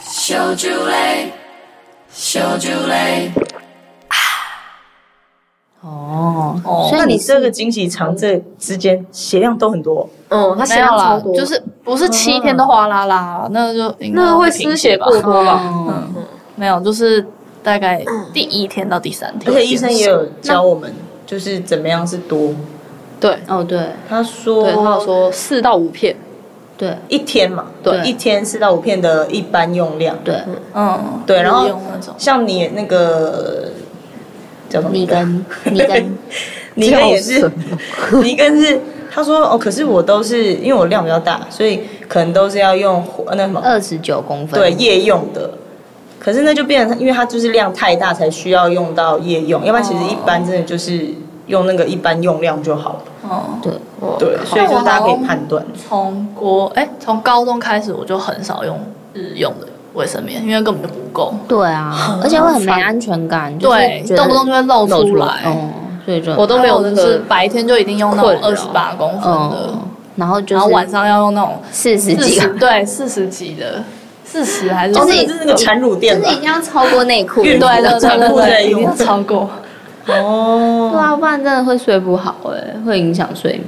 小酒类，小酒类。哦，哦所以那你是这个惊喜肠这之间血量都很多，嗯，他没血有量啦超，多，就是不是七天都哗啦啦，那就应该那会贫失血吧？过多吧？嗯，没有，就是大概哎第一天到第三天，而且医生也有教我们，就是怎么样是多。对哦，对他说，对，他有说四到五片，对一天嘛，对一天四到五片的一般用量。对，嗯，对，然后日用那种像你那个叫什么？你跟你 跟你跟也叫是， 你跟是他说哦，可是我都是因为我量比较大，所以可能都是要用火呃那什呃么二十九公分，对夜用的。可是那就变成，因为它就是量太大才需要用到夜用，要不然其实一般真的就是用那个一般用量就好了。哦。对对，所以就是大家可以判断。从国哎，从高中开始我就很少用日用的卫生棉，因为根本就不够，对啊，而且会很没安全感，就是对觉，得动不动就会露露出来。哦，所以就我都没有，就是白天就一定用那种困扰二十八公分的，嗯，然后就然后晚是上要用那种四十四几十个，对四十几的，四十还是就是这哦啊是那个产乳 就垫是吧一？定要超过内裤，孕对妇对对的对产妇在对，一定用要。超过。对哦，啊，不然真的会睡不好哎，会影响睡眠，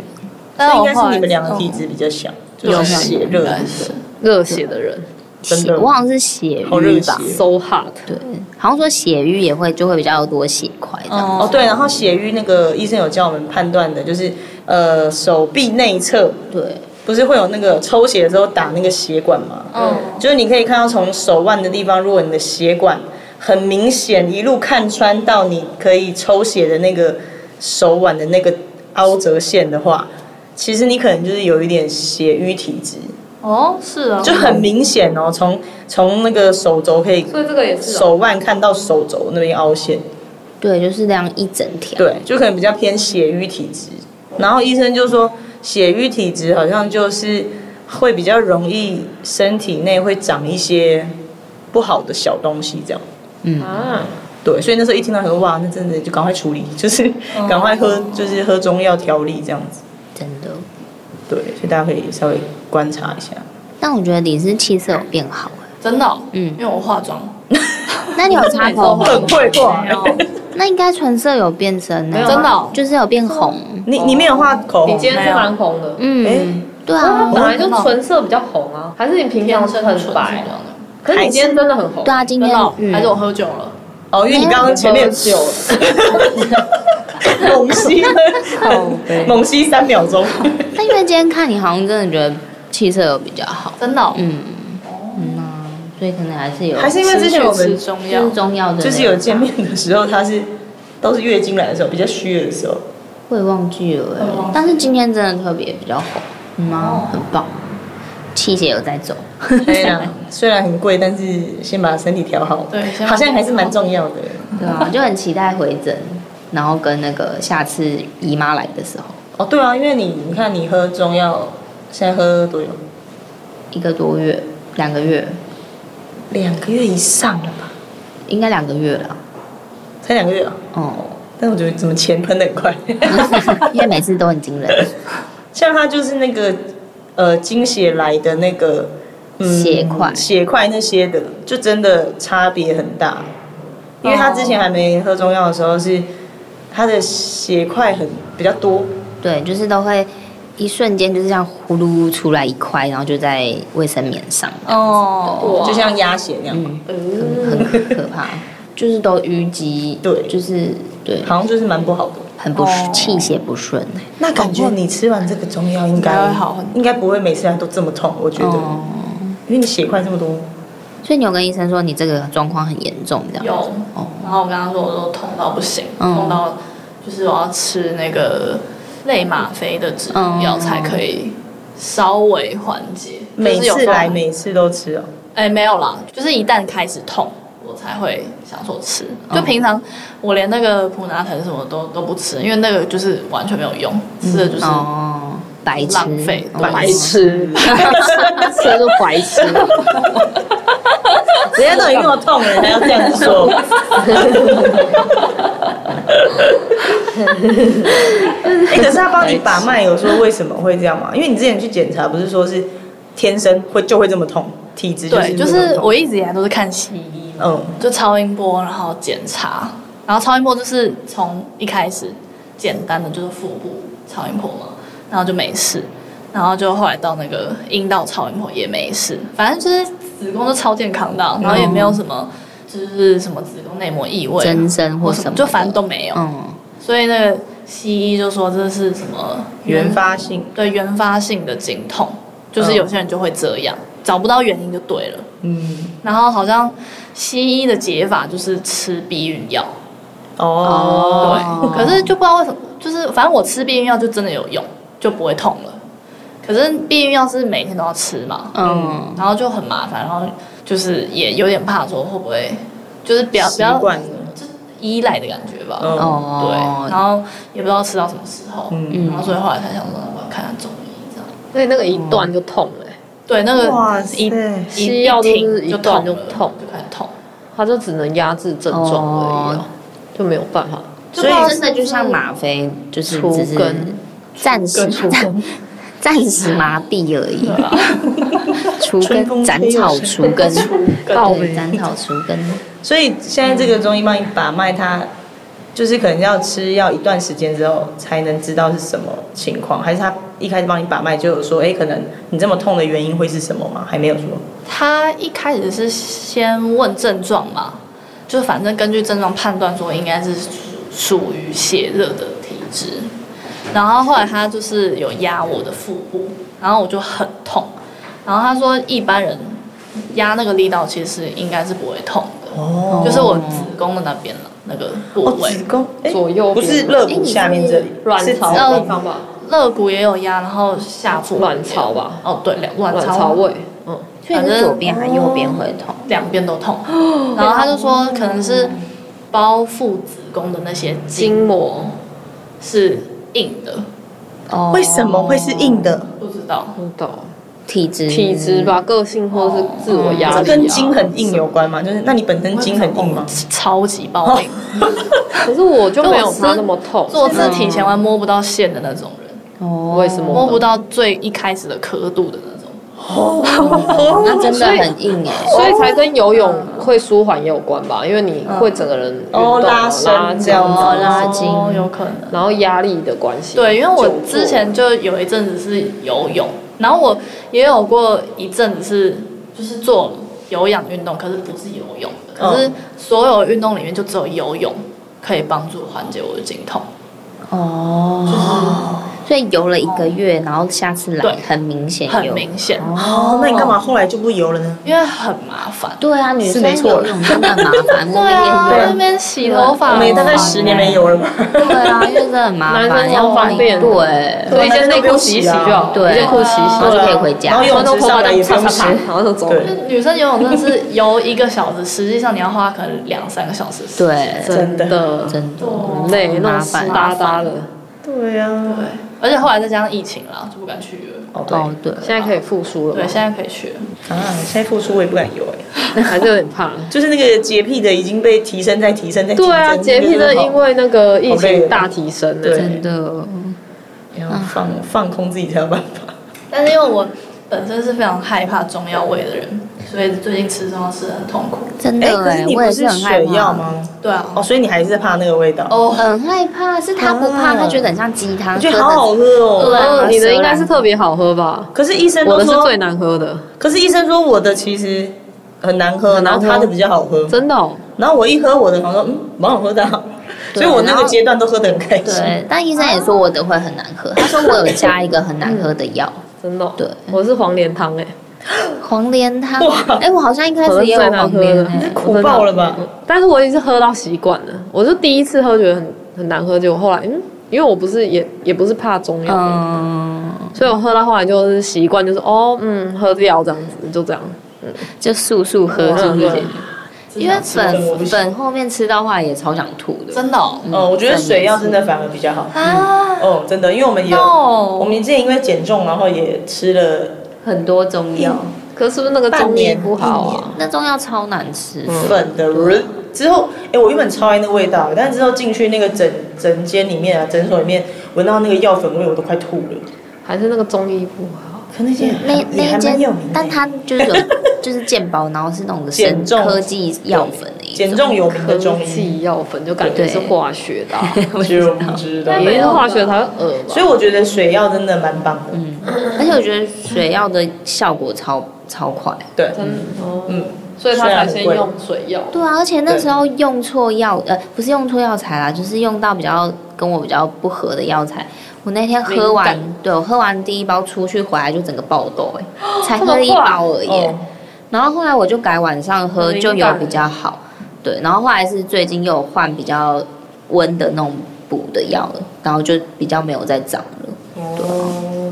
但应我该后是来你们两个体哦质比较像，就有是血热应的该。是热血的人真血的我好像是血好哦热瘀血吧，哦，so hot。对，好像说血瘀也会就会比较多血块这样，哦，哦，对，然后血瘀那个医生有教我们判断的，就是呃手臂内侧嗯对，不是会有那个抽血的时候打那个血管吗？嗯就是你可以看到从手腕的地方，如果你的血管很明显一路看穿到你可以抽血的那个手腕的那个凹折线的话，其实你可能就是有一点血瘀体质，哦，是啊，就很明显哦，从从那个手肘可以所以这个也啊是哦，手腕看到手肘那边凹陷。对，就是这样一整条，对，就可能比较偏血瘀体质。然后医生就说，血瘀体质好像就是会比较容易身体内会长一些不好的小东西，这样。嗯啊，对，所以那时候一听到他说哇，那真的就赶快处理，就是嗯赶快喝，就是喝中药调理这样子。真的。对，所以大家可以稍微观察一下。但我觉得你是气色有变好哎，真的哦，嗯因为我化妆，那你有擦口我红每次都化哦很妆吗？会化没有那应该唇色有变深呢、没有啊真的哦就是有变红。你你没有画口哦红哦你？今天是蛮红的，嗯，哎对它啊，本来就哦唇色比较红啊，还是你平常天是生很纯白白，的，可是你今天真的很红对，啊，今真天的哦，嗯还是我喝酒了，哦，因为你刚刚前面喝酒了 猛 吸了靠背猛吸三秒钟。但因为今天看你好像真的觉得气色有比较好，真的哦，嗯嗯啊，所以可能还是有，还是因为之前我持们续吃中就药是，中药的， 就是有见面的时候，他是都是月经来的时候，比较虚的时候。会忘记了、会忘哦欸记，但是今天真的特别比较红，嗯啊，很棒，气血有 在走，对啊呀，虽然很贵，但是先把身体调好，对先把好像还是蛮重要的。对啊，就很期待回诊，然后跟那个下次姨妈来的时候哦，对啊，因为你你看你喝中药，现在喝多久？一个多月、两个月，两个月以上了吧？应该两个月了，才两个月啊！哦、但我觉得怎么钱喷的很快， 因为每次都很惊人，像他就是那个呃经血来的那个、嗯血块血块那些的，就真的差别很大。因为他之前还没喝中药的时候是，他的血块很比较多，对，就是都会一瞬间就是这样呼噜出来一块，然后就在卫生棉上，嗯哦，哇就像鸭血那样，嗯，嗯，很很可怕，就是都淤积，对就是对，好像就是蛮不好的。很不顺哦气血不顺，那感觉你吃完这个中药应应该该会好很多应该不会每次来都这么痛，我觉得，哦。因为你血块这么多，所以你有跟医生说你这个状况很严重，这样有哦，然后我跟他说我都痛到不行，嗯痛到就是我要吃那个类吗啡的止痛药嗯才可以稍微缓解，每就是有次时候来每次都吃哦。 哎，没有啦，就是一旦开始痛，我才会想说吃。就平常我连那个普拿疼什么都都不吃，因为那个就是完全没有用，吃的就是哦，白痴，浪费哦白 痴，这就白痴，人家都已经那么痛了，你还要这样子说？哎、可是他帮你把脉，有说为什么会这样吗？因为你之前去检查，不是说是天生会就会这么痛，体质就是对，就这么是痛我一直以来都是看西医，嗯就超音波，然后检查，然后超音波就是从一开始简单的就是腹部超音波嘛，然后就没事，然后就后来到那个阴道超音波也没事，反正就是子宫都超健康的啊，嗯然后也没有什么就是什么子宫内膜异位啊增生或或什么的，就反正都没有，嗯，所以那个西医就说这是什么原发性，对原发性的经痛，就是嗯有些人就会这样，找不到原因就对了。嗯然后好像西医的解法就是吃避孕药，哦，对，可是就不知道为什么，就是反正我吃避孕药就真的有用，就不会痛了。可是避孕药是每天都要吃嘛，嗯，然后就很麻烦，然后就是也有点怕说会不会就是比较比习较惯了，依赖的感觉吧，嗯对，然哦，后也不知道吃到什么时候，嗯然后所以后来才想说我要看看中医这样。所以那个一断就痛了对，欸、那哇个塞一西药都是停一就痛断就了痛就开始痛。他就只能压制症状而已、哦啊，就没有办法所以真的就像吗啡，就是除只是根。暂时暂暂时麻痹而已，啊除春风吹根斩又草生除根，报对，名斩草除根，所以现在这个中医帮你把脉，它就是可能要吃药一段时间之后才能知道是什么情况，还是他一开始帮你把脉就有说，哎、可能你这么痛的原因会是什么吗？还没有说，他一开始是先问症状嘛，就反正根据症状判断说应该是属属于血热的体质，然后后来他就是有压我的腹部，然后我就很痛，然后他说一般人压那个力道其实应该是不会痛的，哦就是我子宫的那边了那个部哦，位，子宫、哎左右不边是肋骨下面这里，卵是子巢道的宫地。方吧，肋骨也有压，然后下腹卵巢吧，哦对，两卵卵巢巢位，嗯，所以反正是左边还右边会痛，两边都痛，然后他就说可能是包覆子宫的那些筋筋膜是硬的，哦为什么会是硬的？不知道。不知道体质体质，吧，个性或者是自我压力、啊，这跟筋很硬有关吗？就是那你本身筋很硬吗？超级暴力，可是我就没有他那么 痛，做自体前弯摸不到线的那种人，哦为什么摸不到最一开始的刻度的那种。那真的很硬哎，所以才跟游泳会舒缓也有关吧，因为你会整个人运动哦啊拉伸拉这样子哦拉筋哦有可能。然后压力的关系。对，因为我久坐之前就有一阵子是游泳，然后我也有过一阵子是就是做有氧运动，可是不是游泳的，可是所有运动里面就只有游泳可以帮助缓解我的经痛。哦，所以游了一个月，然后下次来对很明显很有，明显，哦，那你干嘛后来就不游了呢？因为很麻烦。对啊，女是生没错游泳真的很麻烦，对啊，那边那边洗头发，我们也大概十年没游了吧？对啊，因为真的很麻烦，男生要超换方便的对，所以一件内裤洗一洗就好，对一件裤洗一洗然后就就好可以回家。然后然后游都泳池头上发来当也不擦用擦洗擦，，然后就走了。对，女生游泳真的是游一个小时，实际上你要花可能两三个小时。对，真的的真的很累，弄麻湿烦哒哒的。对啊呀、对，而且后来再加上疫情啦，就不敢去了。哦对哦，对，现在可以复苏了对，吗，现在可以去了。啊，现在付出我也不敢游哎、还是有点怕。就是那个洁癖的已经被提升再提升再提升。 对啊，洁癖真的因为那个疫好累情哦大提升了对。真的要放、放空自己才有办法。但是因为我本身是非常害怕中药味的人，所以最近吃中药吃得很痛苦。真哎、的可是哎，你我不也是是很害水药怕。吗？对啊，哦，所以你还是怕那个味道。哦，哦很害怕，是他不怕，啊他觉得很像鸡汤，我觉得喝好的好喝哦。对啊哦你的应该是特别好喝吧？可是医生我都的是说，最难喝的，可是医生说我的其实很难喝，很难然喝后他的比较好喝。真的哦、然后我一喝我的，好像嗯，蛮好喝的、啊，对所以我那然个后阶段都喝得很开心。对，但医生也说我的会很难喝，他说我有加一个很难喝的 药，真的哦、对我是黄连汤哎、黄连汤哇。哎，我好像一开我始是也最有难黄喝连的，哎，苦爆了吧我真的？但是我也是喝到习惯了，我就第一次喝觉得很很难喝，结果后来嗯，因为我不是也也不是怕中药的，嗯，所以我喝到后来就是习惯，就是哦嗯喝掉这样子，就这样。就速速喝嗯进对去，因为真的我不行粉粉后面吃到话也超想吐的，真的哦哦，我觉得水药真的反而比较好。啊哦，真的，哦因为我们有，我，no，们之前因为减重，然后也吃了很多中药，可是是不是那个半中医年不一好年啊？那中药超难吃，粉的人。之后，哎，我原本超爱那个味道，但是之后进去那个诊诊间里面啊，诊所里面闻到那个药粉味，我都快吐了。还是那个中医不好？可那间那也那还一蛮有名的，间但它就是有就是健保，然后是那种减生重科技药粉的一种 减重有名的科中医，技药粉就感觉对是化学的、啊，就不知道。一定是化学才会恶吧所以？我觉得水药真的蛮棒的，嗯，而且我觉得水药的效果超超快。对，嗯，所以他才先用水药。对啊，而且那对时候用错药，呃，不是用错药材啦，就是用到比较跟我比较不合的药材。我那天喝完敏感，对我喝完第一包出去回来就整个爆痘、欸，才这么喝一快包而已、哦，然后后来我就改晚上喝，明白就有比较好。对，然后后来是最近又有换比较温的那种补的药了，然后就比较没有再长了。哦，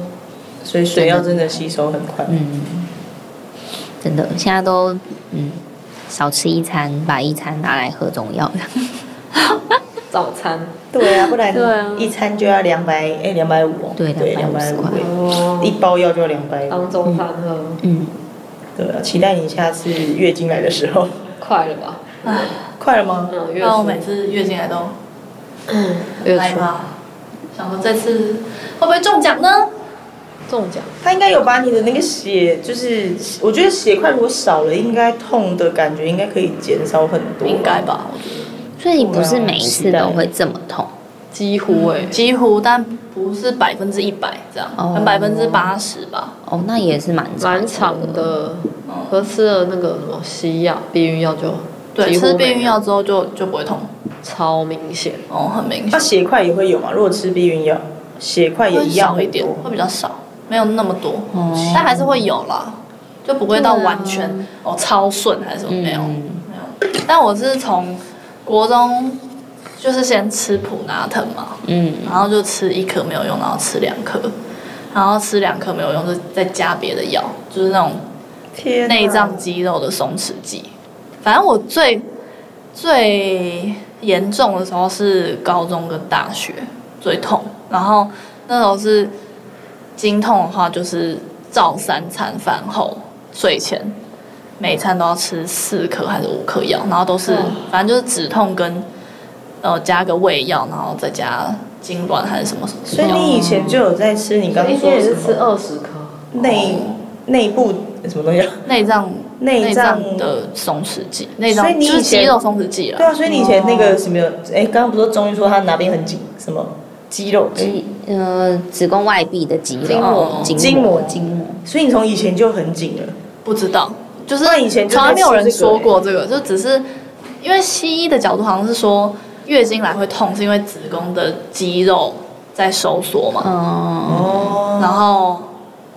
所以水药真的吸收很快，嗯，真的，现在都嗯少吃一餐，把一餐拿来喝中药。早餐对啊，不对啊然一餐就要两百，哎，两百五，对对，两百250五块，哦一包药就要两百五当，中餐喝，嗯，对啊，期待你下次月经来的时候， 快了吧？快了吗？嗯，月但我每初次月经来都月害初怕，想说这次会不会中奖呢？中奖，他应该有把你的那个血，就是我觉得血块如果少了，应该痛的感觉应该可以减少很多，应该。吧，我觉所以你不是对啊每一次都会这么痛几乎哎得，嗯几乎，但不是百分之一百这样，哦可能百分之八十吧。哦，那也是蛮蛮长。的。和吃了那个什么西药、避孕药就对，几乎吃避没孕有药之后就就不会痛，超明显，哦，很明那显，血块也会有嘛？如果吃避孕药，血块也会一样少很一点，多会比较少，没有那么多，哦但还是会有啦，就不会到对啊完全、哦超顺还是什么没有。嗯，但我是从国中就是先吃普拿疼嘛，嗯，然后就吃一颗没有用，然后吃两颗，然后吃两颗没有用，就再加别的药，就是那种天哪内脏肌肉的松弛剂。反正我最最严重的时候是高中跟大学最痛，然后那时候是经痛的话，就是照三餐饭后睡前。每餐都要吃四颗还是五颗药，然后都是、嗯反正就是止痛跟呃加个胃药，然后再加痉挛还是什么什么。所以你以前就有在吃，你刚刚一说天也什是吃么二十颗， 内内部什么东西啊？内脏内脏脏啊的松弛剂，内脏所以你就是以前肌肉松弛剂对了。啊，所以你以前那哦个什么，哎，刚刚不是说中医说他哪边很紧，什么肌肉嗯紧，肌呃子宫外壁的肌筋肉哦膜、筋膜筋膜，所以你从以前就很紧了。不知道，就是那以前就在从来没有人吃这个说过这个，就只是因为西医的角度好像是说月经来会痛，是因为子宫的肌肉在收缩嘛。嗯，哦然后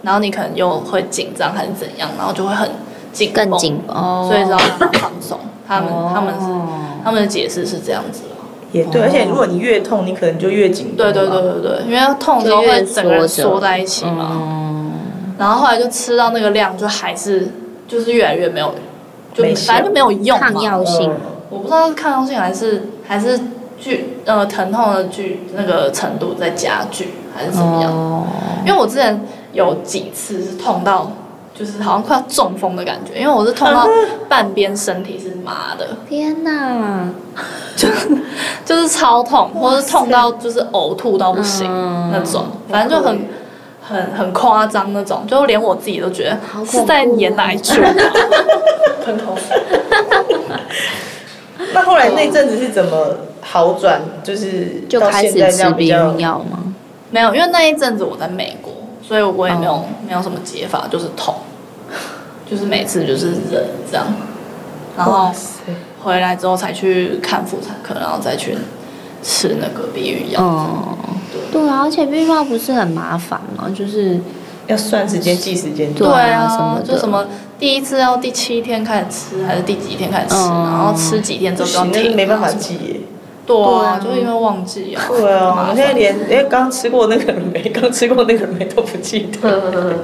然后你可能又会紧张还是怎样，然后就会很紧绷更紧，哦，所以只要让它放松。他们他们哦他们的解释是这样子的。也对，而且如果你越痛，你可能就越紧。嗯对对对，对对，因为痛的时候会整个人缩在一起嘛，嗯，然后后来就吃到那个量，就还是就是越来越没有，就没效反正就没有用抗嘛。药性嗯我不知道是抗药性还是还是剧呃疼痛的剧那个程度在加剧嗯还是怎么样。哦，因为我之前有几次是痛到，就是好像快要中风的感觉，因为我是痛到半边身体是麻的，天哪，就是超痛，或是痛到就是呕吐到不行嗯那种，反正就很很很夸张那种，就连我自己都觉好得恐怖哦是在演哪一出啊，喷口水。那后来那阵子是怎么好转？就是就到开现始在这吃样比避较孕药吗？没有，因为那一阵子我在美国，所以我也没有、哦没有什么解法，就是痛，就是每次就是忍这样，然后哦回来之后才去看妇产科，然后再去吃那个避孕药。哦嗯，对啊，而且避孕药不是很麻烦吗？就是要算时间、计时间。对啊什么的就什么第一次要第七天开始吃，还是第几天开始吃，嗯然后吃几天之哦不后就要行，那是停，没办法记耶。对啊，啊就因为忘记啊。对麻啊，烦我现在连哎刚吃过那个人没，刚吃过那个人没都不记得。